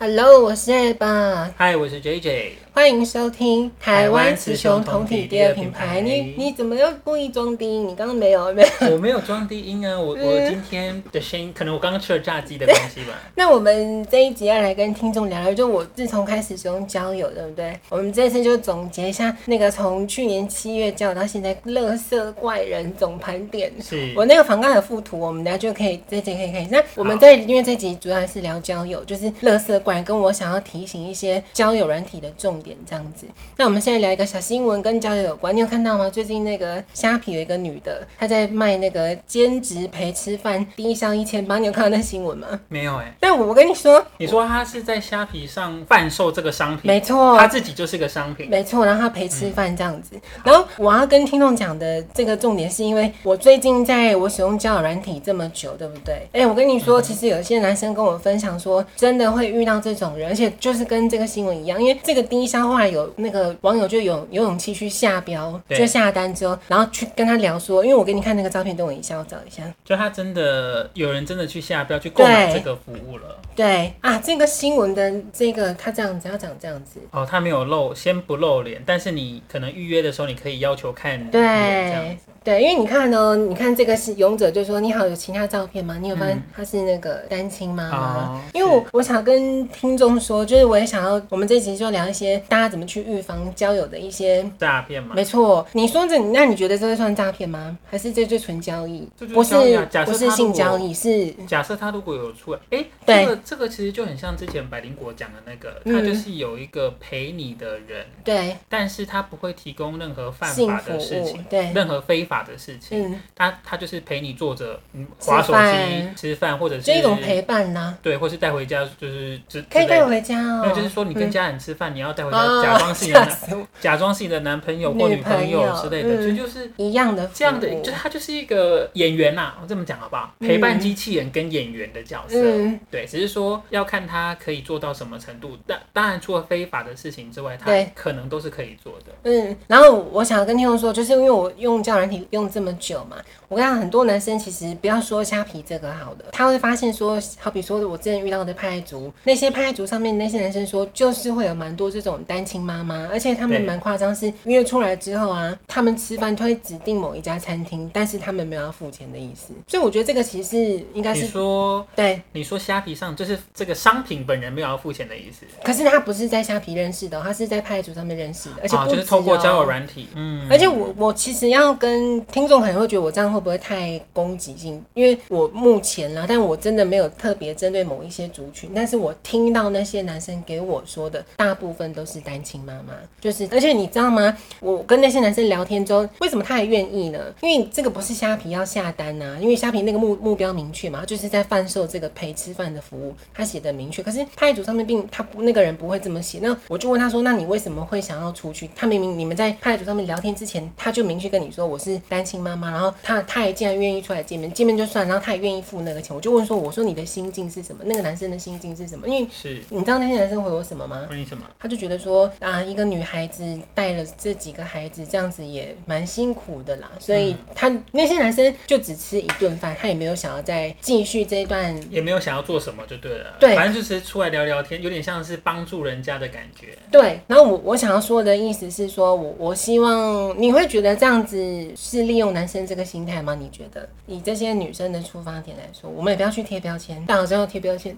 Hello，我是艾爸，嗨，我是 JJ。 欢迎收听台湾雌雄同体第二品牌。台湾雌雄同体第二你品牌你怎么又故意装低音？你刚刚没有没 有？我没有装低音啊，我我今天的声音，可能我刚刚吃了炸鸡的关系 吧。那我们这一集要来跟听众聊聊，就我自从开始使用交友，对不对？我们这次就总结一下那个从去年七月交友到现在，乐色怪人总盘点。是，我那个房刚有附图，我们等下就可以这集可以看一下。那我们在因为这集主要是聊交友，就是乐色怪，跟我想要提醒一些交友软体的重点这样子。那我们现在聊一个小新闻，跟交友有关。你有看到吗？最近那个虾皮有一个女的，她在卖那个兼职陪吃饭，低消一千八。你有看到那新闻 吗？没有哎。但我跟你说，你说他是在虾皮上贩售这个商品，没错，他自己就是个商品。没错，然后他陪吃饭这样子。然后我要跟听众讲的这个重点，是因为我最近在我使用交友软体这么久，对不对？哎、我跟你说，其实有些男生跟我分享说，真的会遇到这种人，而且就是跟这个新闻一样，因为这个低消后来有那个网友就有有勇气去下标，对就下单之后，然后去跟他聊说，因为我给你看那个照片，等我一下，我找一下。就他真的有人真的去下标去购买这个服务了。对啊，这个新闻的这个他这样子要讲这样子，哦，他没有露，先不露脸，但是你可能预约的时候，你可以要求看脸这样对。对，因为你看哦，你看这个是勇者就说你好，有其他照片吗？你有发现嗯她是那个单亲妈妈哦？嗯因为我我想跟听众说，就是我也想要，我们这集就聊一些大家怎么去预防交友的一些。诈骗嘛。没错，你说这，那你觉得这个算诈骗吗？还是这就纯交易？这就不是交易是啊假设不是他如性果交易，是假设他如果有出来，哎、对这个这个其实就很像之前百灵果讲的那个，嗯他就是有一个陪你的人，对但是他不会提供任何犯性法服的事务情，，对，任何非法的事情，嗯，他他就是陪你坐着，嗯，吃划手饭机、吃饭，或者就是一种陪伴啦，对，或是带回家，就是之可以带我回。回家哦。没有，就是说你跟家人吃饭，你要带回家，哦假装是你的吓男，死我假装是你的男朋友或女女朋朋友友之类的，嗯这就是一样的这样的服务，就他就是一个演员呐、我这么讲好不好？陪伴机器人跟演员的角色，嗯对，只是说要看他可以做到什么程度。但当然，除了非法的事情之外，他对可能都是可以做的。嗯，然后我想要跟听众说，就是因为我用交友软体用这么久嘛，我跟你讲，很多男生其实不要说虾皮这个好的，他会发现说，好比说我之前遇到的派族，那些派族上面那些男生说，就是会有蛮多这种单亲妈妈，而且他们对蛮夸张，是约出来之后啊，他们吃饭他会指定某一家餐厅，但是他们没有要付钱的意思，所以我觉得这个其实是应该你是说，对，你说虾皮上就是这个商品本人没有要付钱的意思，可是他不是在虾皮认识的哦、他是在派族上面认识的，而且不、哦啊、就是透过交友。软体，嗯，而且我我其实要跟听众可能会觉得我这样会不会太攻击性？因为我目前啦，但我真的没有特别针对某一些族群，但是我听到那些男生给我说的，大部分都是单亲妈妈，就是而且你知道吗？我跟那些男生聊天之后，为什么他还愿意呢？因为这个不是虾皮要下单呐、因为虾皮那个目目标明确嘛，就是在贩售这个陪吃饭的服务，他写的明确。可是派组上面并他不那个人不会这么写，那我就问他说，那你为什么会想要出去？他明明你们在派组上面聊天之前，他就明确跟你说我是单亲妈妈，然后他他也竟然愿意出来见面，见面就算，然后他也愿意付那个钱，我就问说，我说你的心境是什么？那个男生的心境是什么？因为是你知道那些男生回我什么吗？为什么？他就觉得说啊，一个女孩子带了这几个孩子，这样子也蛮辛苦的嗯啦。所以他那些男生就只吃一顿饭，他也没有想要再继续这一段。也没有想要做什么就对了，对反正就是出来聊聊天，有点像是帮助人家的感觉。对，然后我我想要说的意思是说，我我希望你会觉得这样子是利用男生这个心态吗？你觉得以这些女生的出发点来说，我们也不要去贴标签，但好像要贴标签。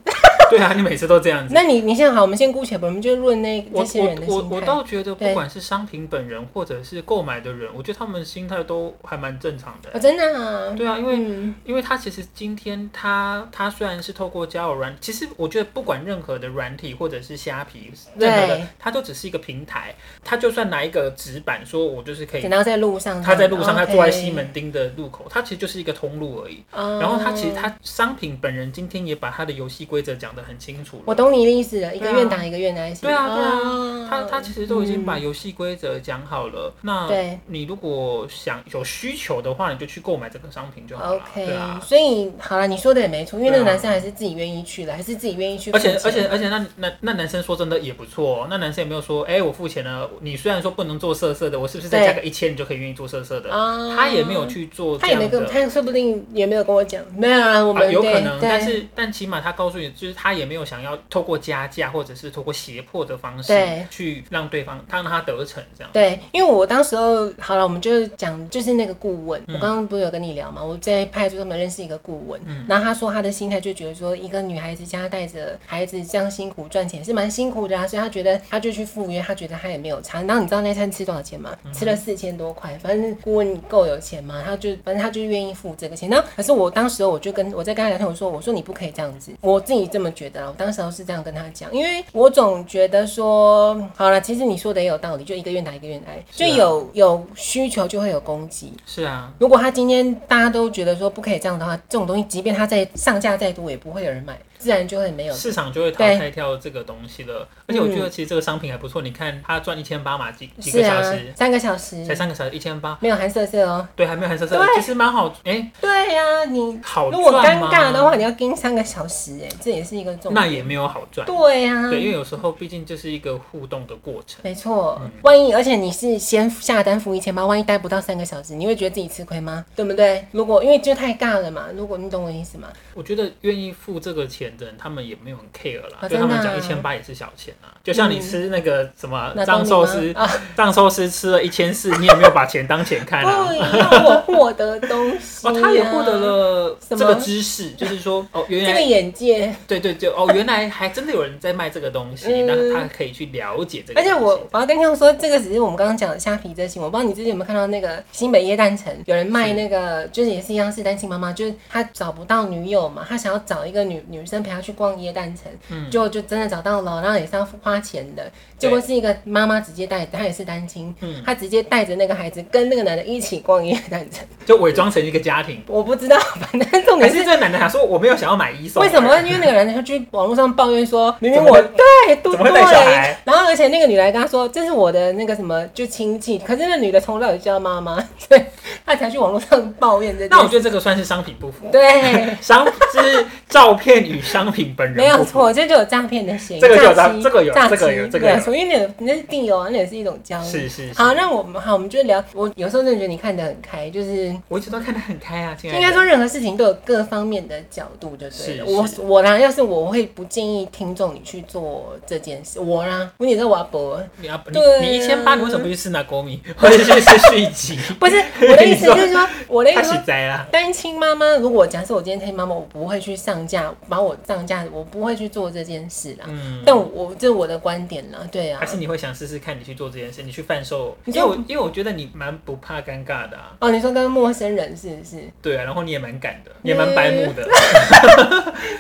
对啊，你每次都这样子。那你你现在好，我们先姑且不，我们就论那我这些我人的我心我态。倒觉得，对不管是商品本人或者是购买的人，我觉得他们心态都还蛮正常啊，的。真的啊，对啊，因为嗯，因为他其实今天他他虽然是透过交友软，其实我觉得不管任何的软体或者是虾皮，对任何的，它都只是一个平台。他就算拿一个纸板说，我就是可等以。到在路上这样，他在路上，他坐在 OK 西，门町的路口，他其实就是一个通路而已。然然后他其实他商品本人今天也把他的游戏规则讲得很清楚了。我懂你的意思了，一个对啊愿打一个愿挨。是吧对啊对啊哦他他其实都已经把游戏规则讲好了，对那你如果想有需求的话，你就去购买这个商品就好了。 OK，对啊，所以好了，你说的也没错，因为那个对啊男生还是自己愿意去的，还是自己愿意去付而且钱。而且而且那那那男生说真的也不错、哦，那男生也没有说，哎、我付钱了，你虽然说不能做色色的，我是不是再对加个一千你就可以愿意做色色的？啊他也没有，去做这他也没样跟，的。他说不定也没有跟我讲，没有啊，我啊们有可对能，对但是但起码他告诉你，就是他他也没有想要透过加价或者是透过胁迫的方式对去让对方让他得逞这样。对，因为我当时候好了，我们就是讲就是那个顾问，嗯我刚刚不是有跟你聊嘛，我在派出所们认识一个顾问，嗯然后他说他的心态就觉得说，一个女孩子家带着孩子这样辛苦赚钱是蛮辛苦的啊，所以他觉得他就去赴约，他觉得他也没有差。然后你知道那餐吃多少钱吗？吃了四千多块，反正顾问够有钱嘛，他就反正他就愿意付这个钱。然后可是我当时候我就跟我在跟他聊天，我说我说你不可以这样子，我自己这么觉得啊，我当时候是这样跟他讲，因为我总觉得说，好了，其实你说的也有道理，就一个愿打一个愿挨，是就啊有有需求就会有供给。是啊，如果他今天大家都觉得说不可以这样的话，这种东西即便它再上架再多，也不会有人买，自然就会没有。市场就会淘对嗯汰掉这个东西了。而且我觉得其实这个商品还不错，你看它赚一千八嘛，几几是个小啊时，，三个小时才三个小时一千八，没有含色色哦。对，还没有含色色，对其实蛮好，哎、对呀、你好如果赚尴吗尬的话，你要盯三个小时、哎，这也是一个重那也没有好赚。对啊呀、对，因为有时候毕竟就是一个互动的过程。没错，嗯万一而且你是先下单付一千八，万一待不到三个小时，你会觉得自己吃亏吗？对不对？如果因为就太尬了嘛，如果你懂我意思吗？我觉得愿意付这个钱的人，他们也没有很 care 啦，啊对真的啊他们讲一千八也是小钱啊。就像你吃那个什么那藏当寿司你，吗啊， 藏寿司吃了一千四，你也没有把钱当钱看 啊不。一样，我获得东西、啊 哦，他也获得。了这什么个知识，就是说，哦，原这个来，眼界，对对对，哦，原来还真的有人在卖这个东西，嗯那他可以去了解这个而东西。且我我要跟听众说，这个只是我们刚刚讲的虾皮这新闻，我不知道你之前有没有看到那个新北耶诞城有人卖那个，就是也是一样是单亲妈妈，就是她找不到女友嘛，她想要找一个女女生陪她去逛耶诞城，嗯结果就真的找到了，然后也是要花钱的，结果是一个妈妈直接带，她也是单亲，嗯她直接带着那个孩子跟那个男的一起逛耶诞城，就伪装成一个家庭，我不知道，反正重可点是是。这个男的还说我没有想要买一 送二，啊为什么？因为那个人他去网络上抱怨说，明明怎么我会对多怎么多会带小了孩？然后而且那个女的还跟他说，这是我的那个什么就亲戚，可是那女的从来就叫她妈 妈，所以她才去网络上抱怨这件那我事。觉得这个算是商品不符，啊 对，商就是照片与商品本人没有不符，错，这就有诈骗的嫌疑，这个就有诈诈欺这个有诈欺这个有这个对啊有所以那那是定有啊，那也是一种交易。是是是，好，那我们好，我们就聊。我有时候真的觉得你看得很开，就是我一直都看得很开啊，亲爱应的。该说，任何事情都有各方面的角度，就对了。是是我我啦，要是我会不建议听众你去做这件事。我啦，我也在瓦博，你要你对啊你一千八，你为什么不去吃那锅米，或者去吃续集？不 是我的意思，就是说我的意他思实说。在啦，单亲妈妈，如果假设我今天单亲妈妈，我不会去上架，把我上架，我不会去做这件事啦。嗯。但我这是我的观点啦，对啊还。是你会想试试看，你去做这件事，你去贩售，你因就为我因为我觉得你蛮不怕尴尬的啊，哦，你说跟陌生人是不是？对啊，然后你也蛮敢嗯的，也蛮 白目的，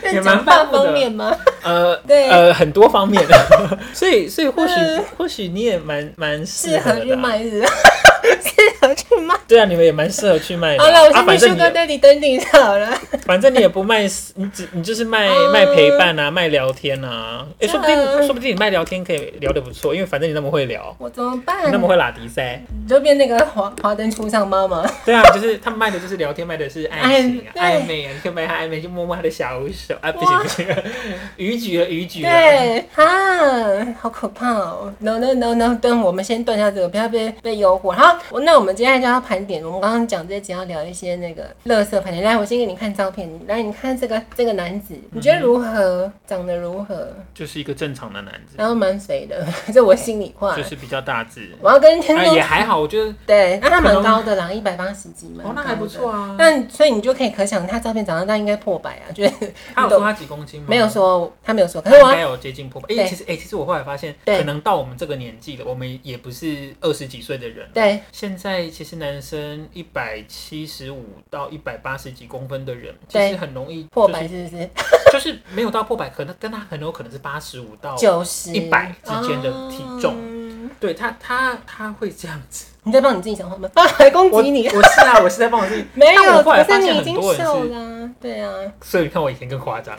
也那蛮讲话棒的方面吗？呃，对呃，很多方 面，所以所以或许嗯或许你也蛮蛮适适合合的啊去，卖是不是？ 适合去卖。对啊，你们也蛮适合去卖的啊。好了，我啊先反去正你 Sugar Daddy 登顶好了。反正你也不卖，你只你就是卖 嗯卖陪伴啊，卖聊天啊。哎、说不真定的说不定你卖聊天可以聊得不错，因为反正你那么会聊，我怎么你办？那么会拉迪塞。你就变那个华华灯初上妈妈，对啊，就是他们卖的就是聊天，卖的是爱情啊、哎对暧昧啊，你可以卖他暧昧，就摸摸他的小手啊，不行哇不行，逾矩了逾矩了。对啊，好可怕哦！No No No No，等我们先断掉这个，不要被被诱惑。好，我那我们接下来就要盘点，我们刚刚讲这集要聊一些那个乐色盘点。来，我先给你看照片，来你看这个这个男子，你觉得如何？长得如何？就是一个正常的男子，然后蛮肥的，嗯这我心里话。就是比较大只，我要跟听啊众也还好，我觉得对，那他蛮高的啦，一百八十几嘛。哦那还不错啊。那所以你就可以可想，他照片长得大应该破百啊，就是他有说他几公斤吗？没有。说他没有说，可他是我要应嗯该有接近破百。哎、对其实哎、其实我后来发现，对可能到我们这个年纪了，我们也不是二十几岁的人了对现在其实男生一百七十五到一百八十几公分的人，其对实很容易、就是、破百，是不是？就是没有到破百，可能但他很有可能是八十五到九十啊100之间的体重哦对他他他会这样 子。你在帮你自己讲话吗？啊，还攻我 击你？。我是啊，我是在帮我自己没但我有，后来可发是现你已很经多人瘦是，啦、对啊，所以你看我以前更夸张。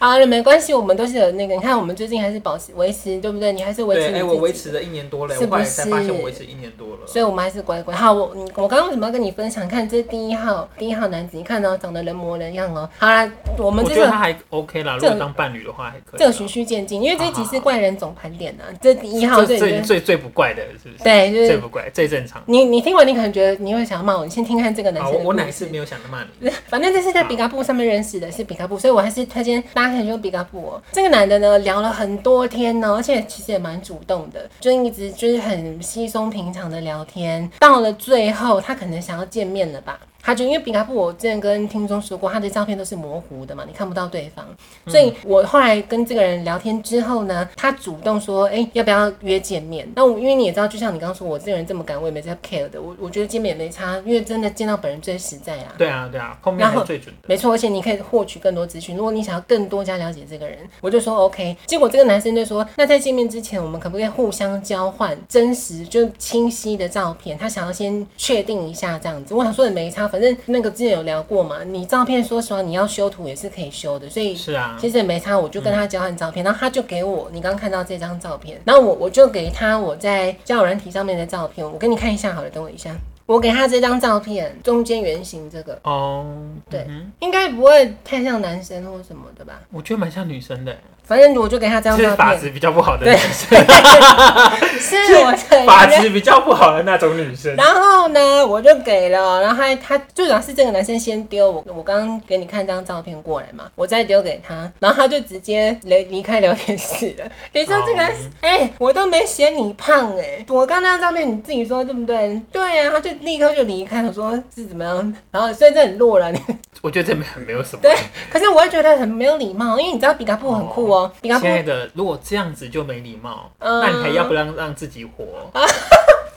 好了，没关系，我们都是有那个。你看，我们最近还是保持维持，对不对？你还是维持对，你哎，我自维己持了一年多了，是我不后来才发现是我维持一年多了。所以我们还是乖乖。好，我嗯我刚刚为什么要跟你分享？看，这是第一号，第一号男子，你看哦，长得人模人样哦。好啦，我们我这觉得个他还 OK 啦，如这果当伴侣的话还可以啦。这个循序渐进，因为这一集是怪人总盘点啊，这第一号，这这你最就最最不怪的，是不是？对，就最是不怪，最正常。你你听完你可能觉得你会想要骂我，你先听看这个男好，生的我故事。我哪一次没有想着骂你？ 反正这是在比卡布上面认识的，是比卡布，所以我还是推荐大家可以去比卡布哦。这个男的呢，聊了很多天呢，而且其实也蛮主动的，就一直就是很稀松平常的聊天。到了最后，他可能想要见面了吧？他就因为比卡布，我之前跟听众说过，他的照片都是模糊的嘛，你看不到对方，所以我后来跟这个人聊天之后呢，他主动说，哎、要不要约见面？那我因为你也知道，就像你刚刚说，我这个人这么赶，我也没在 care 的，我我觉得见面也没差，因为真的见到本人最实在啊。对啊，对啊，后面然后还最准的。没错，而且你可以获取更多资讯。如果你想要更多加了解这个人，我就说 OK。结果这个男生就说，那在见面之前，我们可不可以互相交换真实就清晰的照片？他想要先确定一下这样子。我想说也没差，反正那个之前有聊过嘛，你照片说实话你要修图也是可以修的，所以是啊，其实也没差，我就跟他交换照片，然后他就给我你刚刚看到这张照片，然后我我就给他我在交友软体上面的照片，我给你看一下好了，等我一下，我给他这张照片，中间圆形这个。哦，对嗯哼，应该不会太像男生或什么的吧？我觉得蛮像女生的，反正我就给他这张就是照发片，质比较不好的对 女生，是我的发质比较不好的那种女生。然后呢，我就给了，然后他他最主要是这个男生先丢我，我刚刚给你看张照片过来嘛，我再丢给他，然后他就直接离离开聊天室了。你说这个哦，哎、我都没嫌你胖哎、我刚那张照片你自己说对不对？对啊，他就立刻就离开，我说是怎么样？然后所以这很弱了，你我觉得这没没有什么。对，可是我会觉得很没有礼貌，因为你知道比卡布很酷哦，比卡布亲爱的，如果这样子就没礼貌，嗯那你还要不让让自己活？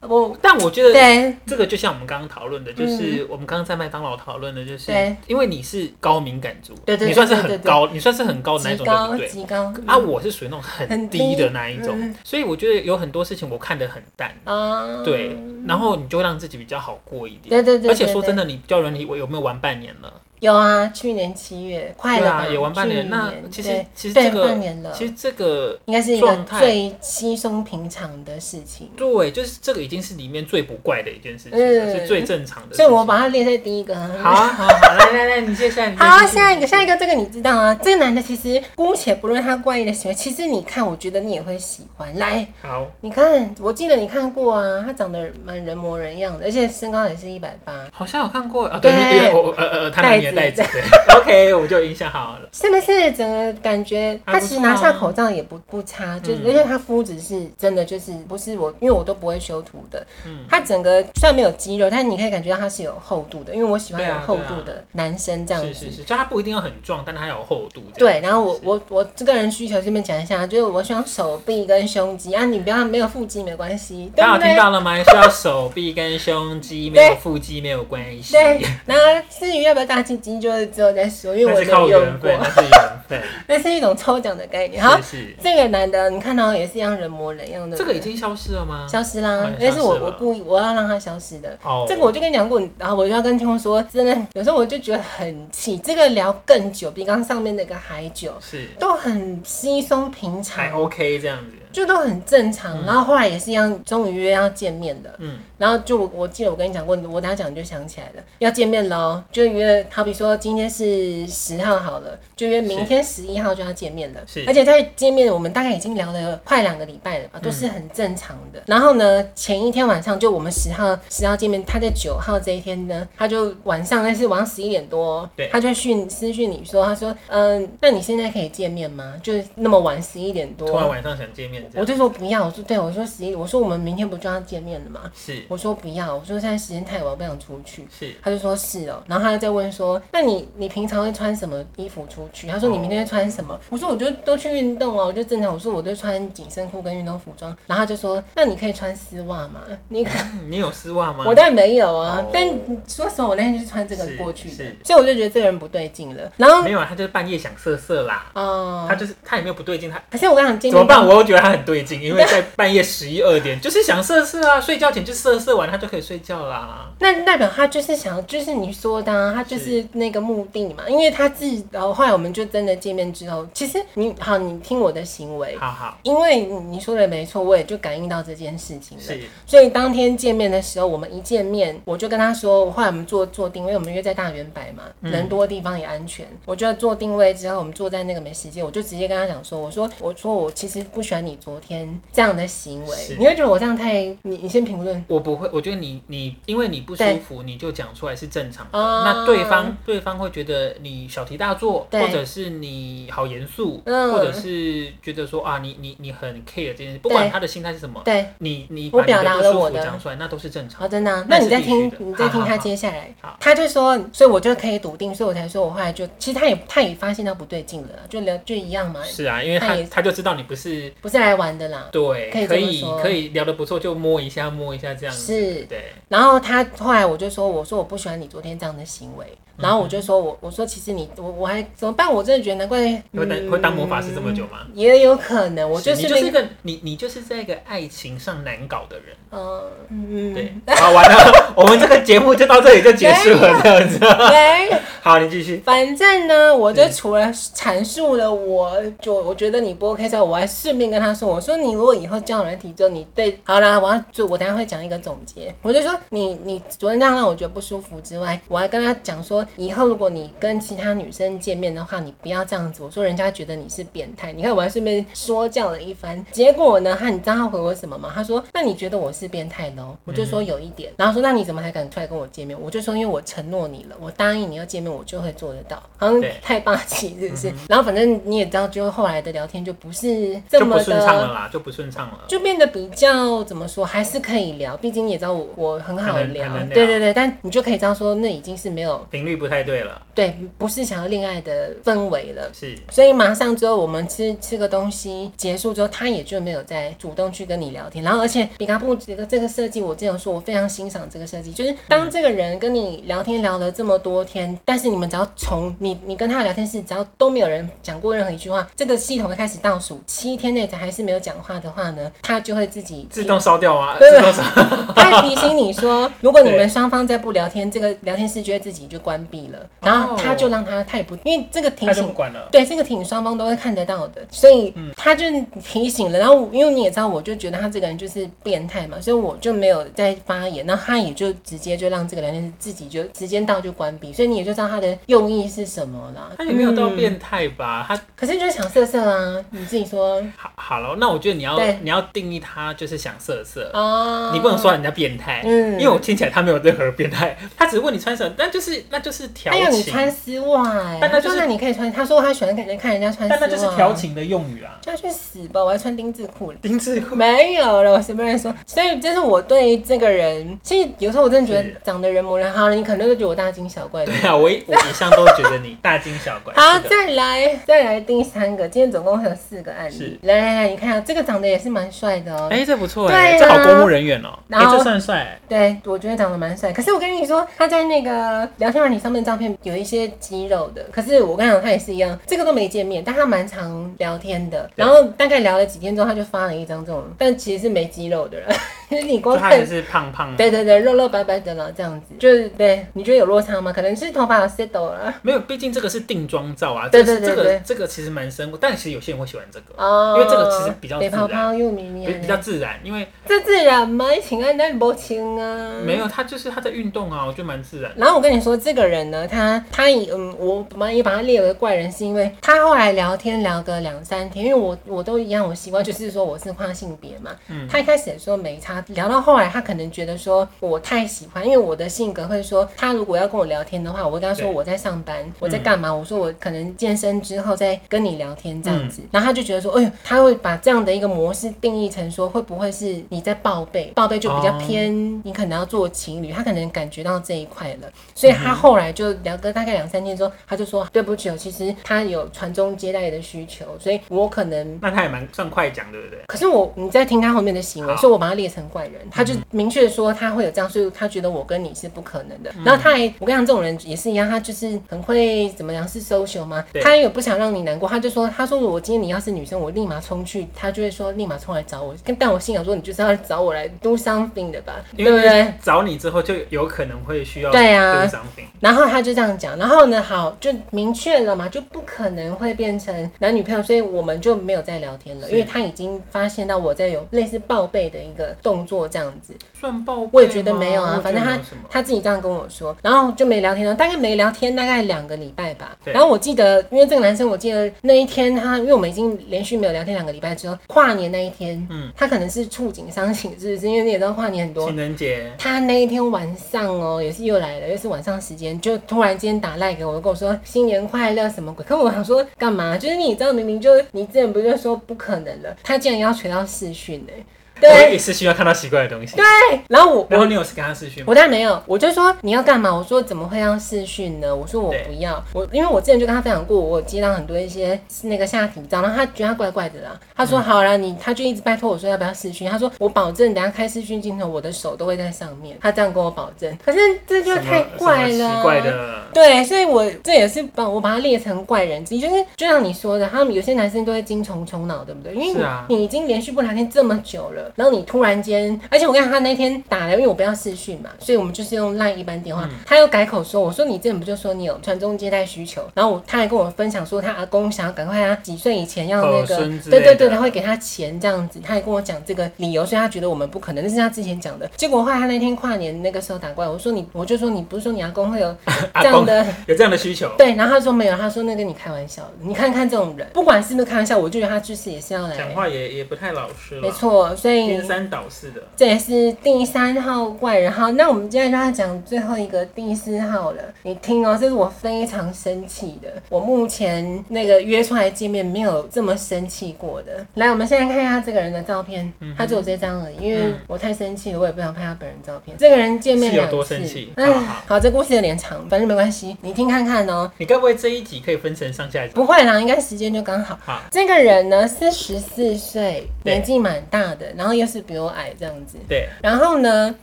我但我觉得对嗯这个就像我们刚刚讨论的，就是我们刚刚在麦当劳讨论的，就是对因为你是高敏感族，对对你算是对对很对高，你算是很高的那极种，对高不对？极高啊，我是属于那种很很低低的那一种嗯，所以我觉得有很多事情我看得很淡，啊，对，然后你就会让自己比较好过一点。对对对，而且说真的，的，你教人你我有没有玩半年了？有啊，去年七月快对了啊，吧，也玩半年。去那其实对其实对这个半年了其实这个应该是一个状态最稀松平常的事情，对，就是这个已经是里面最不怪的一件事情了，嗯是最正常的事所情。以我把它列在第一个。好啊好啊好，来来来，你接下来你接好，啊继续下一个，下一个，这个你知道啊？这个男的其实姑且不论他怪异的行为，其实你看，我觉得你也会喜欢。来，好，你看，我记得你看过啊，他长得蛮人模人样的，而且身高也是一百八，好像有看过啊，对对，因为我呃呃，他拿你的袋袋子，对，OK，我就有印象好了。是不是整个感觉还他不其实错啊拿下口罩也不不差，就是、嗯而且他肤质是真的，就是不是我，因为我都不会修图的。嗯他整个虽然没有肌肉，但你可以感觉到他是有厚度的，因为我喜欢对有啊厚度的男生这样子。是是是，就它不一定要很壮，但它有厚度。这对，样然后我我我这个人需求这边讲一下，就是我喜欢手臂跟胸肌啊，你不要没有腹肌没关系，对大不家有听对？到了吗？需要手臂跟胸肌，没有腹肌没有关系，对，然后至于要不要大鸡鸡，就是之后再说，因为我那没是靠有用缘过分，，那是缘分。那是一种抽奖的概念。 好，是是，这个男的你看到也是一样人模人样的，这个已经消失了吗？消失啦嗯，但是我消失了我故意我要让它消失的。哦这个我就跟你讲过，然后我就要跟听众说，真的有时候我就觉得很气，这个聊更久，比刚刚上面那个还久，是都很稀松平还常， OK 这样子。就都很正常。然后后来也是一样，终于约要见面的。嗯，然后就我我记得我跟你讲过，我等下讲你就想起来了，要见面喽，就约，好比说今天是十号好了，就约明天十一号就要见面了。是而且在见面，我们大概已经聊了快两个礼拜了吧，都是很正常的。嗯然后呢，前一天晚上就我们十号十号见面，他在九号这一天呢，他就晚上那是晚上十一点多哦、对他就讯私讯你说，他说，嗯，那你现在可以见面吗？就是那么晚十一点多突，然晚上想见面这我样，就说不要，我说对，我说十一，我说我们明天不就要见面了吗？是我说不要，我说现在时间太晚，我不想出去。是他就说是哦，然后他又在问说，那你你平常会穿什么衣服出去？他说你明天会穿什么？我说我就都去运动啊，我就正常。我说我就穿紧身裤跟运动服装。然后他就说，那你可以穿丝袜吗？你可嗯你有丝袜吗？我当然没有啊哦，但说实话，我那天就是穿这个是过去的是，所以我就觉得这个人不对劲了。然后没有，他就是半夜想色色啦。哦他，就是他也没有不对劲，他可是我刚想见怎么面办？到，我又觉得他很对 劲，因为在半夜十一二点就是想色色啊，睡觉前就色色完，他就可以睡觉啦。那代表他就是想，就是你说的、啊，他就是那个目的嘛。因为他自己，然后后来我们就真的见面之后，其实你好，你听我的行为，好好，因为你你说的没错，我也就感应到这件事情了。是所以当天见面的时候，我们一见面，我就跟他说，后来我们做做定位，我们约在大圆柏嘛，嗯人多的地方也安全。我就做定位之后，我们坐在那个美食街，我就直接跟他讲说，我说我说我其实不喜欢你昨天这样的行为是，你会觉得我这样太……你你先评论。我不会，我觉得你你因为你不舒对服，你就讲出来是正常的。啊那对方对方会觉得你小题大做，对或者是你好严肃，嗯或者是觉得说啊，你你你很 care 这件事，不管他的心态是什么，对，你你我把你表达的不了舒我服的讲出来，那都是正常的。哦，真的啊、那那是你再必听须的，你再听好好他好接下来好，他就说，所以我就可以笃定，所以我才说我后来就，其实他也他也发现到不对劲了啦，啊就聊就一样嘛，是啊，因为他他也他就知道你不是不是来玩的啦。对，可以可这么以说可以聊得不错，就摸一下摸一下这样子。是，对，然后他后来我就说，我说我不喜欢你昨天这样的行为，嗯然后我就说我我说其实你我我还怎么办？我真的觉得难怪嗯会当会当魔法师这么久吗？也有可能，嗯我就是你那就是个一个你你就是在一个爱情上难搞的人，嗯嗯，对，好完了， 我们这个节目就到这里就结束 了，这样子。对。好，你继续。反正呢，我就对除了阐述了我就我觉得你不 OK 之后，我还顺便跟他说，我说你如果以后交友软体之后，你对好啦，我要就我等一下会讲一个总结，我就说你你昨天这样让我觉得不舒服之外，我还跟他讲说，以后如果你跟其他女生见面的话，你不要这样子，我说人家觉得你是变态，你看我还顺便说教了一番，结果呢，他你知道他回我什么吗？他说那你觉得我是变态嗯喽？我就说有一点，然后说那你怎么还敢出来跟我见面？我就说因为我承诺你了，我答应你要见面，我就会做得到，好像对嗯太霸气是不是？然后反正你也知道，就后来的聊天就不是这就么不顺畅的。了啦，就不顺畅了。就变得比较怎么说，还是可以聊，毕竟你也知道我我很好很能聊很能，聊对对对，但你就可以知道说那已经是没有频率不太对了，对，不是想要恋爱的氛围了。是所以马上之后，我们吃吃个东西结束之后，他也就没有再主动去跟你聊天。然后，而且比卡布这个这个设计，我之前有说我非常欣赏这个设计，就是当这个人跟你聊天聊了这么多天，但是你们只要从你你跟他的聊天室，只要都没有人讲过任何一句话，这个系统会开始倒数七天内，还是没有讲话的话呢，他就会自己自动烧掉啊，对自动烧。 他会提醒你说，如果你对们双方再不聊天，这个聊天室就会自己就关闭了，然后他就让他他也不，因为这个提哦他就嗯醒不管了。对，这个挺双方都会看得到的，所以他就提醒了。然后因为你也知道，我就觉得他这个人就是变态嘛，所以我就没有再发言。然后他也就直接就让这个聊天室自己就时间到就关闭，所以你也就知道他的用意是什么啦。他也没有到嗯变态吧？他可是就是想色色啊，你自己说好好了，那我觉得你要对你要定义他就是想色色，啊，你不能说人家变态，嗯因为我听起来他没有任何变态，他只是问你穿什么，但就是那就是调他哎要你情，穿丝袜、欸，但他他就说是那你可以穿，他说他喜欢看人看人家穿丝袜，但那就是调，情的用语啊。就要去死吧！我要穿丁字裤了。丁字裤没有了，我随便乱说。所以这是我对这个人，其实有时候我真的觉得长得人模人样好了，你可能就觉得我大惊小怪的对。啊，我一我一向都觉得你 大惊小怪。好，是的再来，再来第三个，今天总共会有四个案例是。来来来，你看啊，这个长得也是蛮帅的哦。哎、这不错对哎、啊这好公务人员哦、哎、然后这算帅、哎对，我觉得长得蛮帅。可是我跟你说，他在那个聊天软体上面的照片有一些肌肉的。可是我跟你讲，他也是一样，这个都没见面，但他蛮常聊天的。然后大概聊了几天之后，他就发了一张这种，但其实是没肌肉的人。就是你光就他看也是胖胖的，对对对，肉肉白白的了，这样子就是对，你觉得有落差吗？可能是头发有 set 抖了没有，毕竟这个是定妆照啊，对这是对对这个对这个其实蛮深，但其实有些人会喜欢这个，哦，因为这个其实比较肥自泡然，泡又绵绵比比较自然，因为这自然吗？请按那不清啊，没。有他就是他在运动啊，我觉得蛮自然的。然后我跟你说，这个人呢，他他以嗯，我蛮也把他列为怪人，是因为他后来聊天聊个两三天，因为我我都一样，我习惯就是说我是跨性别嘛。嗯他一开始也说没差，聊到后来他可能觉得说我太喜欢，因为我的性格会说，他如果要跟我聊天的话，我会跟他说对嗯我在上班，我在干嘛，我说我可能健身之后再跟你聊天这样子。然后他就觉得说，哎呦，他会把这样的一个模式定义成说，会不会是你在报备？报备就比较哦偏，你可能要做情侣，他可能感觉到这一块了。所以他后来就聊个大概两三天之后，他就说对不起哦，其实他有传宗接代的需求，所以我可能。那他也蛮算快讲，对不对？可是我，你在听他后面的行为，好嗯所以我把它列成成怪人，他就明确说他会有这样，所以他觉得我跟你是不可能嗯的。然后他还，我跟你讲，这种人也是一样，他就是很会怎么样是 social 吗对？他也不想让你难过，他就说，他说我今天你要是女生，我立马冲去，他就会说立马冲来找我。但我心想说，你就是要找我来 do something 的吧，对因不对为？找你之啊后就有可能会需要对啊 do something 然后他就这样讲，然后呢，好，就明确了嘛，就不可能会变成男女朋友，所以我们就没有再聊天了，是因为他已经发现到我在有类似报备的一个动作这样子，算报备吗我也觉得没有啊我觉反得正哦没有什么他自己这样跟我说，然后就没聊天了，大概没聊天大概两个礼拜吧。对然后我记得，因为这个男生，我记得那一天他，因为我们已经连续没有聊天两个礼拜之后，跨年那一天，嗯嗯，他可能是触景伤情，是不是？因为你也知道跨年很多情人节他那一天晚上哦，也是又来了，又是晚上时间，就突然间打赖给我，跟我说新年快乐什么鬼？可我想说干嘛？就是你知道，明明就你之前不就说不可能了，他竟然要垂到视讯哎、我对也是需要看到奇怪的东西。对，然后我然后我你有跟他视讯吗？我当然没有，我就说你要干嘛？我说怎么会要视讯呢？我说我对不要，我因为我之前就跟他分享过，我有接到很多一些那个下体照，然后他觉得他怪怪的啦，他嗯说好啦，你他就一直拜托我说要不要视讯，他说我保证等下开视讯镜头，我的手都会在上面，他这样跟我保证，可是这就什么太怪什了么啊，奇怪的，对，所以我这也是把我把他列成怪人之一，就是就像你说的，他们有些男生都会精虫充脑，对不对？因为是你,、啊你已经连续不聊天这么久了，然后你突然间，而且我跟他那天打了，因为我不要视讯嘛，所以我们就是用烂一般电嗯话，他又改口说，我说你之前不就说你有传宗接代需求，然后我他还跟我分享说他阿公想要赶快他几岁以前要那哦个孙，之对类的对对，他会给他钱这样子，他还跟我讲这个理由，所以他觉得我们不可能，那是他之前讲的。结果后来他那天跨年那个时候打过来，我说你，我就说你不是说你阿公会有阿这样公的。有这样的需求，对，然后他说没有，他说那跟你开玩笑的。你看看这种人，不管是不是开玩笑，我就觉得他就是也是要来，讲话也也不太老实没了，错。所以颠三倒四的。这也是第三号怪人。好，那我们接下来就要讲最后一个第四号了。你听哦，这是我非常生气的，我目前那个约出来见面没有这么生气过的。来，我们现在看一下这个人的照片，他只有这张而已，因为嗯我太生气了，我也不想拍他本人照片。这个人见面是有两多次生气哎好好，好，这故事有点长，反正没关系，你听看看哦。你该不会这一集可以分成上下集？不会啦，应该时间就刚好。好这个人呢是十四岁，对年纪蛮大的，然后又是比我矮这样子。对，然后呢，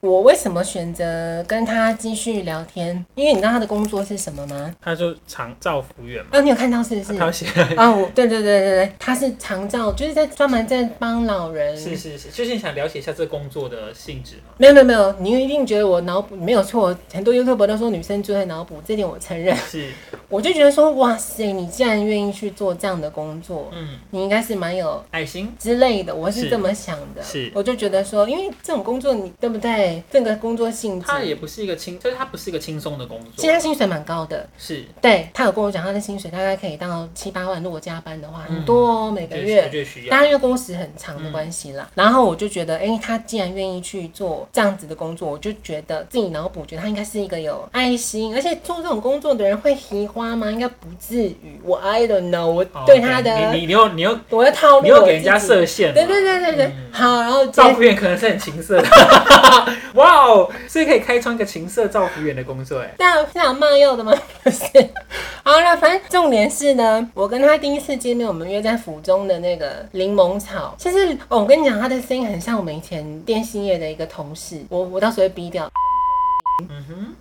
我为什么选择跟他继续聊天？因为你知道他的工作是什么吗？他就常照服务员嘛，啊，你有看到是不 是？他写是啊，我对对对对对，他是长照，就是在专门在帮老人。是是，就是你想了解一下这工作的性质嘛？没有没有没有，你一定觉得我脑补没有错，很多 YouTube 都说女生最会脑补，这点我承认。是，我就觉得说，哇塞，你既然愿意去做这样的工作，嗯，你应该是蛮有爱心之类的，我是是这么想的。是我就觉得说，因为这种工作你对不对？这个工作性质，它也不是一个轻，就是它不是一个轻松的工作嗯现，在薪水蛮高的。是，对他有跟我讲，他的薪水大概可以到七八万，如果加班的话，嗯很多哦，每我个觉月得。越需当要，然，因为工时很长的关系啦，嗯然后我就觉得，哎、他既然愿意去做这样子的工作，我就觉得自己脑补觉得他应该是一个有爱心，而且做这种工作的人会提花吗？应该不至于。我 I don't know，我哦对 OK，他的，你你你又你又我的套路，你又给人家我自己设限嘛，对对对对对，好，然后接照服员可能是很情色的， 哇哦，所以可以开创一个情色照服员的工作，哎，那是想卖药的 吗？不是。好了，反正重点是呢，我跟他第一次见面，我们约在府中的那个柠檬草。其实、哦我跟你讲，他的声音很像我们以前电信业的一个同事，我我到时候会逼掉。嗯哼，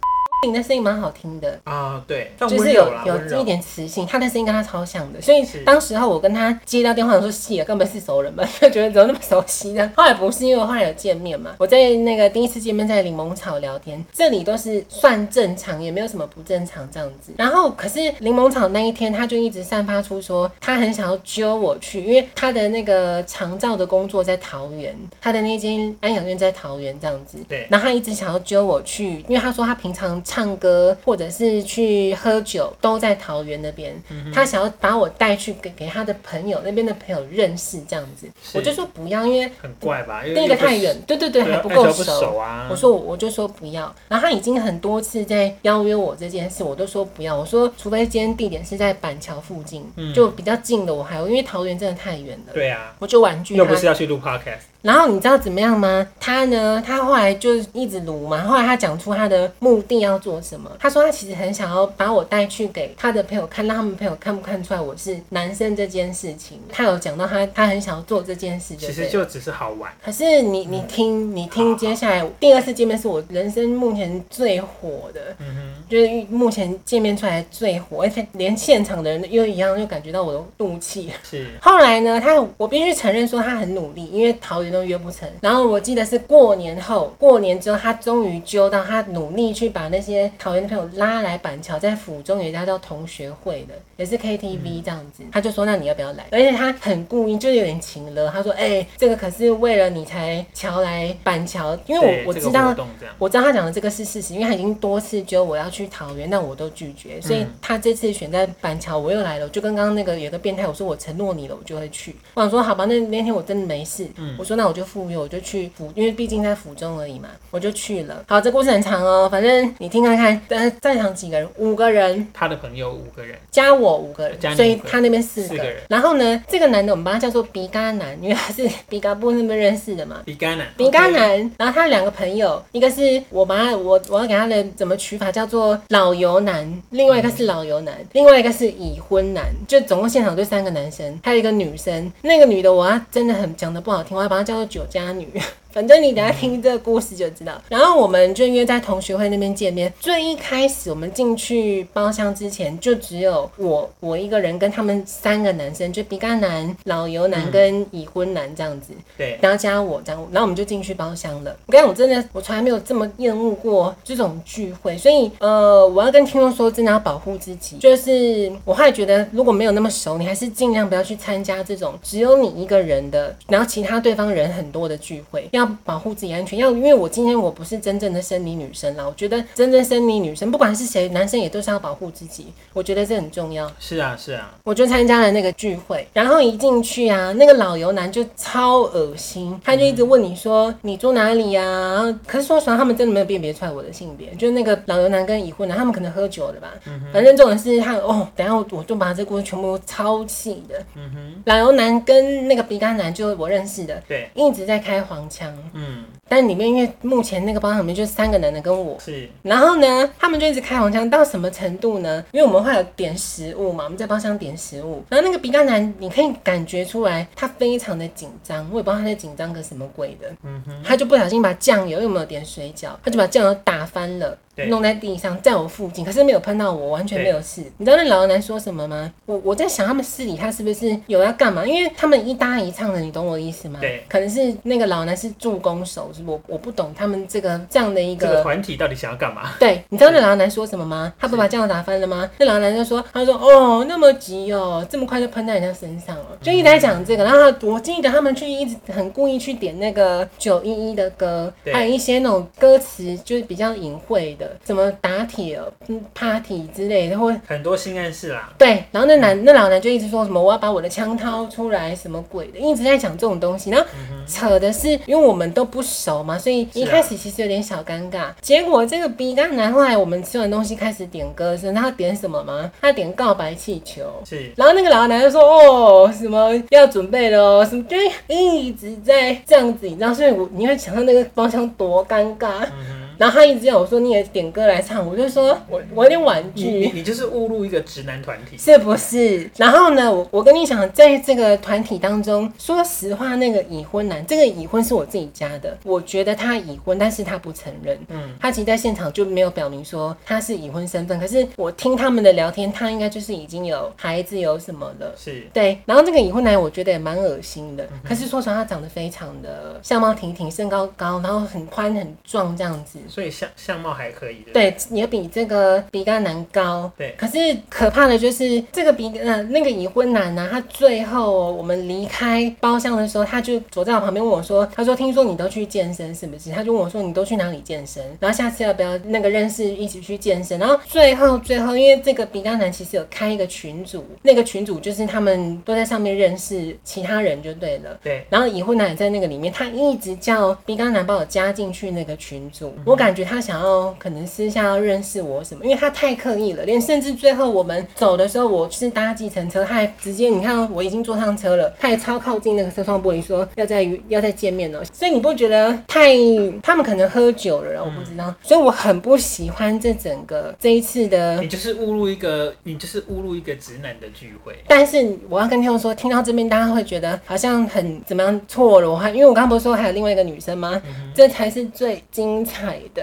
你的声音蛮好听的。啊，对，算就温是有柔啦，温有一柔，点磁性，他的声音跟他超像的，所以是当时候我跟他接到电话的时候，戏也根本是熟人嘛， 就觉得怎么那么熟悉呢？后来不是，因为我后来有见面嘛，我在那个第一次见面在柠檬草聊天，这里都是算正常，也没有什么不正常这样子。然后可是柠檬草那一天，他就一直散发出说他很想要揪我去，因为他的那个长照的工作在桃园，他的那间安养院在桃园这样子，对然后他一直想要揪我去，因为他说他平常唱歌或者是去喝酒都在桃园那边，他想要把我带去给给他的朋友那边的朋友认识这样子，是我就说不要，因为很怪吧？因为那个太远，对对对，对啊还不而且够又不熟啊我说我我就说不要，然后他已经很多次在邀约我这件事，我都说不要。我说除非今天地点是在板桥附近，嗯就比较近的我还有，因为桃园真的太远了，对啊，我就婉拒又他不。是要去录 podcast，然后你知道怎么样吗？他呢，他后来就一直撸嘛。后来他讲出他的目的要做什么。他说他其实很想要把我带去给他的朋友看，让他们朋友看不看出来我是男生这件事情。他有讲到他他很想要做这件事，其对实了就只是好玩。可是你你听你听，接下来第二次见面是我人生目前最火的，嗯哼，就是目前见面出来最火，而且连现场的人又一样，又感觉到我的怒气。是后来呢，他我必须承认说他很努力，因为桃园都约不成。然后我记得是过年后，过年之后他终于揪到，他努力去把那些桃园的朋友拉来板桥，在府中有一家叫同学会的，也是 KTV 这样子。他就说那你要不要来？而且他很故意，就是有点情了。他说哎、这个可是为了你才乔来板桥，因为对我我这知个道活动这样。我知道他讲的这个是事实，因为他已经多次揪我要去桃园，但我都拒绝，所以嗯他这次选在板桥，我又来了，我就跟刚刚那个有个变态，我说我承诺你了，我就会去。我想说好吧，那那天我真的没事，嗯我说那我就赴约，我就去府，因为毕竟在府中而已嘛，我就去了。好，这故事很长哦，反正你听看看，但在场几个人，五个人，他的朋友五个人，加我五个人，加你所以五个人他那边四四个人然后呢，这个男的我们把他叫做鼻嘎男，因为他是鼻嘎布那边认识的嘛。比干男，饼干 OK，男，然后他有两个朋友，一个是我把他我我要给他的怎么取法叫做老油男，另外一个是老油男，另外一个是已婚男，就总共现场就三个男生，还有一个女生，那个女的我要真的很讲的不好听，我要把她叫做酒家女。 反正你等一下听这个故事就知道。然后我们就约在同学会那边见面。最一开始我们进去包厢之前，就只有我我一个人跟他们三个男生，就饼干男、老油男跟已婚男这样子。对，然后加我这样，然后我们就进去包厢了。我跟你讲，我真的我从来没有这么厌恶过这种聚会，所以呃，我要跟听众说，真的要保护自己。就是我后来觉得，如果没有那么熟，你还是尽量不要去参加这种只有你一个人的，然后其他对方人很多的聚会，要保护自己安全。要因为我今天我不是真正的生理女生啦，我觉得真正生理女生，不管是谁，男生也都是要保护自己，我觉得这很重要。是啊是啊，我就参加了那个聚会，然后一进去啊，那个老油男就超恶心，他就一直问你说你住哪里呀、然后可是说实话，他们真的没有辨别出来我的性别，就是那个老油男跟已婚男，他们可能喝酒了吧。嗯反正这种事他哦，等一下我我就把这故事全部抄起的。嗯哼，老油男跟那个鼻干男就是我认识的，对，一直在开黄腔，嗯，但里面因为目前那个包厢里面就三个男的跟我，是然后呢，他们就一直开黄腔，到什么程度呢？因为我们会有点食物嘛，我们在包厢点食物，然后那个鼻干男，你可以感觉出来他非常的紧张，我也不知道他在紧张个什么鬼的，嗯哼，他就不小心把酱油，因为我们有点水饺，他就把酱油打翻了。对弄在地上，在我附近，可是没有喷到我，完全没有事。你知道那老男说什么吗？我我在想，他们私底下是不是有要干嘛？因为他们一搭一唱的，你懂我的意思吗？对可能是那个老男是助攻手，是不？我我不懂他们这个这样的一这个团体到底想要干嘛？对，你知道那老男说什么吗？他不把酱油打翻了吗？那老男就说，他说哦，那么急哦，这么快就喷在人家身上了，就一直在讲这个。然后他我记得他们去一直很故意去点那个九一一的歌，对还有一些那种歌词就是比较隐晦的，什么打铁、嗯 party 之类的，或很多性暗示啦，对，然后嗯那男那老男就一直说什么我要把我的枪掏出来什么鬼的，一直在讲这种东西。然后扯的是，因为我们都不熟嘛，所以一嗯是啊开始其实有点小尴尬。结果这个 B 干男后来我们吃完东西开始点歌的时候，他点什么吗？他点告白气球。是然后那个老男就说：“哦，什么要准备了哦，什么就是一直在这样子，你知道，所以我你会想到那个包厢多尴尬。嗯然后他一直叫我说：“你也点歌来唱。”我就说：“我我有点婉拒。”你你你就是误入一个直男团体，是不是？然后呢，我我跟你讲，在这个团体当中，说实话，那个已婚男，这个已婚是我自己加的，我觉得他已婚，但是他不承认。嗯，他其实在现场就没有表明说他是已婚身份，可是我听他们的聊天，他应该就是已经有孩子有什么了。是对，然后这个已婚男我觉得也蛮恶心的，可是说实话，他长得非常的相貌挺挺，身高高，然后很宽很壮这样子。所以相相貌还可以的，，对，也比这个比干男高。对可是可怕的就是这个比呃那个已婚男呢、他最后哦、我们离开包厢的时候，他就走在我旁边问我说：“他说听说你都去健身是不是？”他就问我说：“你都去哪里健身？然后下次要不要那个认识一起去健身？”然后最后最后，因为这个比干男其实有开一个群组，那个群组就是他们都在上面认识其他人就对了。对，然后已婚男也在那个里面，他一直叫比干男把我加进去那个群组，我感觉他想要可能私下要认识我什么，因为他太刻意了，连甚至最后我们走的时候，我是搭计程车，他还直接你看我已经坐上车了，他也超靠近那个车窗玻璃说要再要再见面了，所以你不觉得太他们可能喝酒了啦，我不知道，所以我很不喜欢这整个这一次的你就是误入一个，你就是误入一个直男的聚会。但是我要跟听众说，听到这边大家会觉得好像很怎么样错了。我还因为我刚刚不是说还有另外一个女生吗？嗯这才是最精彩的。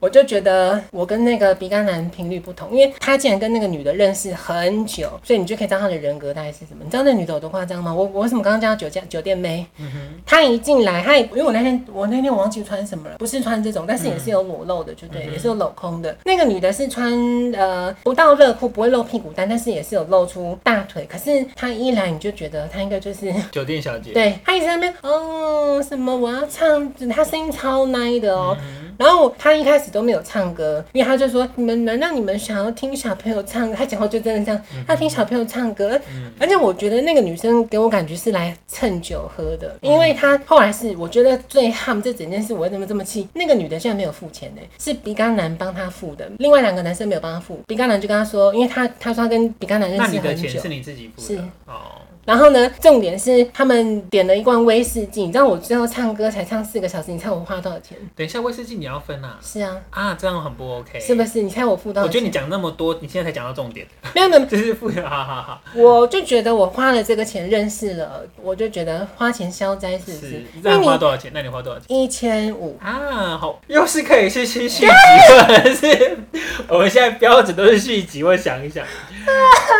我就觉得我跟那个鼻肝男频率不同，因为他竟然跟那个女的认识很久，所以你就可以知道他的人格大概是什么。你知道那女的有多夸张吗？我我为什么刚刚叫她酒店酒店妹？嗯她一进来，她也因为我那天我那天我忘记穿什么了，不是穿这种，但是也是有裸露的，就对，也是有镂空的。那个女的是穿呃不到热裤，不会露屁股蛋，但是也是有露出大腿。可是她一来你就觉得她应该就是。酒店小姐，对她一直在那边哦，什么我要唱，她声音超 nice 的哦。嗯然后她一开始都没有唱歌，因为她就说：“你们难道你们想要听小朋友唱歌？”她讲话就真的这样，嗯她听小朋友唱歌。而且我觉得那个女生给我感觉是来蹭酒喝的，因为她后来是我觉得最ham 这整件事，我为什么这么气？那个女的竟然没有付钱呢、是比刚男帮她付的，另外两个男生没有帮她付。比刚男就跟她说，因为她她说她跟比刚男认那识你的很钱久是。你自己付是的哦。然后呢，重点是他们点了一罐威士忌，你知道我最后唱歌才唱四个小时，你猜我花多少钱？等一下，威士忌你要分啊是啊，啊，这样很不 OK。是不是？你猜我付多我少觉钱？得你讲那么多，你现在才讲到重点，没有没有，就是付，好好好，我就觉得我花了这个钱认识了，我就觉得花钱消灾是不是是？因那为你花你多少钱？那你花多少钱？一千五，啊，好，又是可以是续续集，或者是我们现在标准都是续集。我想一想，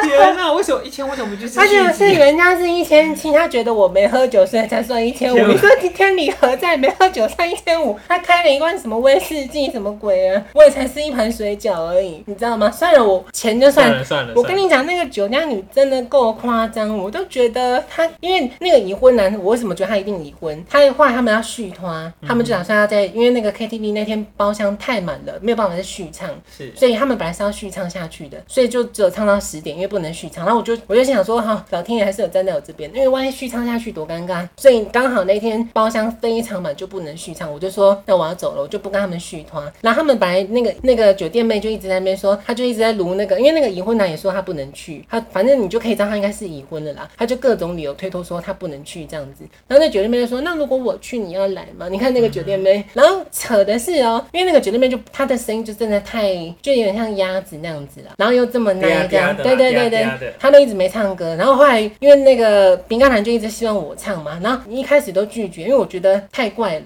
天哪，为什么一千？为什么不就是而且续是集？人家是一千七，他觉得我没喝酒，所以才算一千五。 1500你说你天理何在？没喝酒算一千五，他开了一罐什么威士忌什么鬼啊？我也才吃一盘水饺而已，你知道吗？算了，我钱就算算了算了，我算跟了你讲，那个酒酿女真的够夸张，我都觉得她，因为那个已婚男，我为什么觉得他一定离婚？他后来他们要续拖，他们就打算要在，因为那个 KTV 那天包厢太满了，没有办法再续唱，是所以他们本来是要续唱下去的，所以就只有唱到十点，因为不能续唱。然后我就我就心想说，哈，老天爷还是有站在我这边，因为万一续唱下去多尴尬。所以刚好那天包厢非常满，就不能续唱。我就说，那我要走了，我就不跟他们续团。然后他们本来那个那个酒店妹就一直在那边说，她就一直在撸那个，因为那个已婚男也说他不能去，他反正你就可以知道他应该是已婚了啦。他就各种理由推脱说他不能去这样子。然后那酒店妹就说，那如果我去，你要来吗？你看那个酒店嗯妹，然后扯的是哦，因为那个酒店妹就她的声音就真的太，就有点像鸭子那样子啦，然后又这么嗲奶嗲这样，的啦对对对嗲对嗲的，他都一直没唱歌。然后后来因为那个饼干男就一直希望我唱嘛，然后一开始都拒绝，因为我觉得太怪了，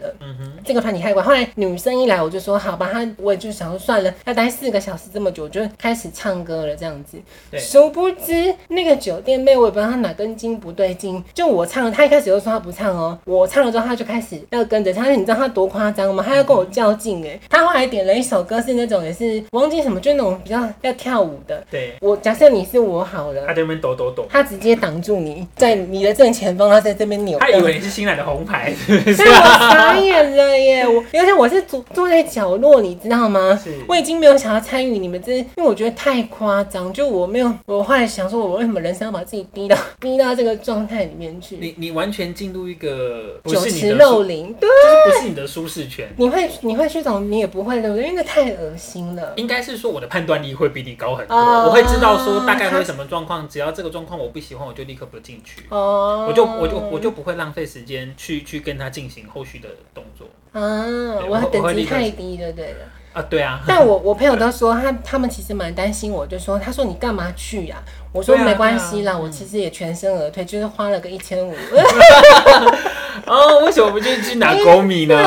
这个团体太怪。后来女生一来，我就说好吧，她我也就想说算了，她待四个小时这么久，我就开始唱歌了这样子。对殊不知那个酒店妹，我也不知道她哪根筋不对劲，就我唱了，她一开始就说她不唱哦，我唱了之后，她就开始要跟着唱。而且你知道她多夸张吗？她要跟我较劲哎，她后来点了一首歌是那种也是我忘记什么，就那种比较要跳舞的。对，我假设你是我好了他，在那边抖抖抖，他直接挡住你，在你的正前方，他在这边扭动。他以为你是新来的红牌，是 不是所以我傻眼了耶！我而且我是坐坐在角落，你知道吗是？我已经没有想要参与你们这，因为我觉得太夸张，就我没有，我后来想说，我为什么人生要把自己逼到逼到这个状态里面去？你你完全进入一个不酒是你池的肉舒，林，对，就是不是你的舒适圈。你会你会去找你也不会对不对？因为那太恶心了。应该是说我的判断力会比你高很多，哦我会知道说大概会什么状况，只要这个状况我不喜欢，我就立刻不进去，哦，我就我就我就不会浪费时间去去跟他进行后续的动作啊，对我哎我我等会级立刻太低就对了。啊，对啊， 但我我朋友都说他他们其实蛮担心我，就说他说你干嘛去呀、我说对啊没关系啦，对啊我其实也全身而退，就是花了个一千五，哦，为什么不去去拿狗米呢？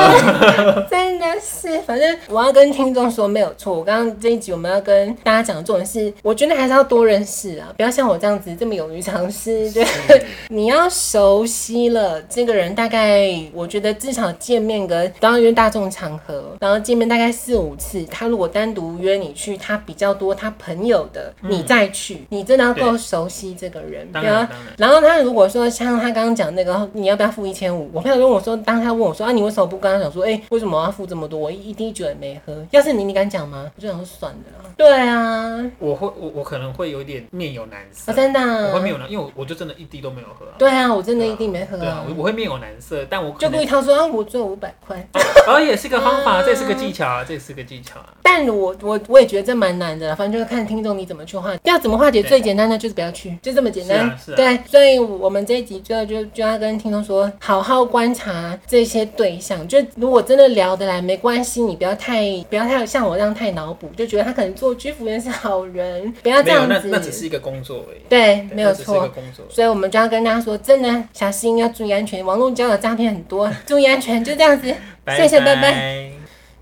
真的是，反正我要跟听众说没有错。我刚刚这一集我们要跟大家讲的重点是，我觉得还是要多认识啊，不要像我这样子这么勇于尝试， 对，啊嗯你要熟悉了这个人，大概我觉得至少见面个，当然约大众场合，然后见面大概四五次。他如果单独约你去，他比较多他朋友的，你再去，你真的要够熟悉这个人，不当要然当然，然后他如果说像他刚刚讲那个，你要不要付一千五？我朋友跟我说，当他问我说啊，你为什么不跟他讲说，哎、为什么我要付这么多？我一滴酒也没喝。要是你，你敢讲吗？我就想说算了啦。对啊，我会我我可能会有点面有难色，我真的我会啊、面有难，因为我我就真的一滴都没有喝啊。对啊，我真的一定没喝对啊，我我会面有难色，但我可就故能意，他说啊，我只有五百块。然后也是个方法，啊这也是个技巧啊，这也是个技巧啊。但我我我也觉得这蛮难的啦，反正就是看听众你怎么去化，要怎么化解对最简单的就是不要去，就这么简单。是啊是啊对，所以我们这一集最后就就要跟听众说，好好观察这些对象，就如果真的聊得来，没关系，你不要太不要太像我这样太脑补，就觉得他可能做居服员是好人，不要这没有，样那子。那只是一个工作而已，对，对没有那只是一个错。工作而已。所以我们就要跟大家说，真的小心要注意安全，网络交友诈骗很多，注意安全，就这样子。拜谢谢拜拜拜。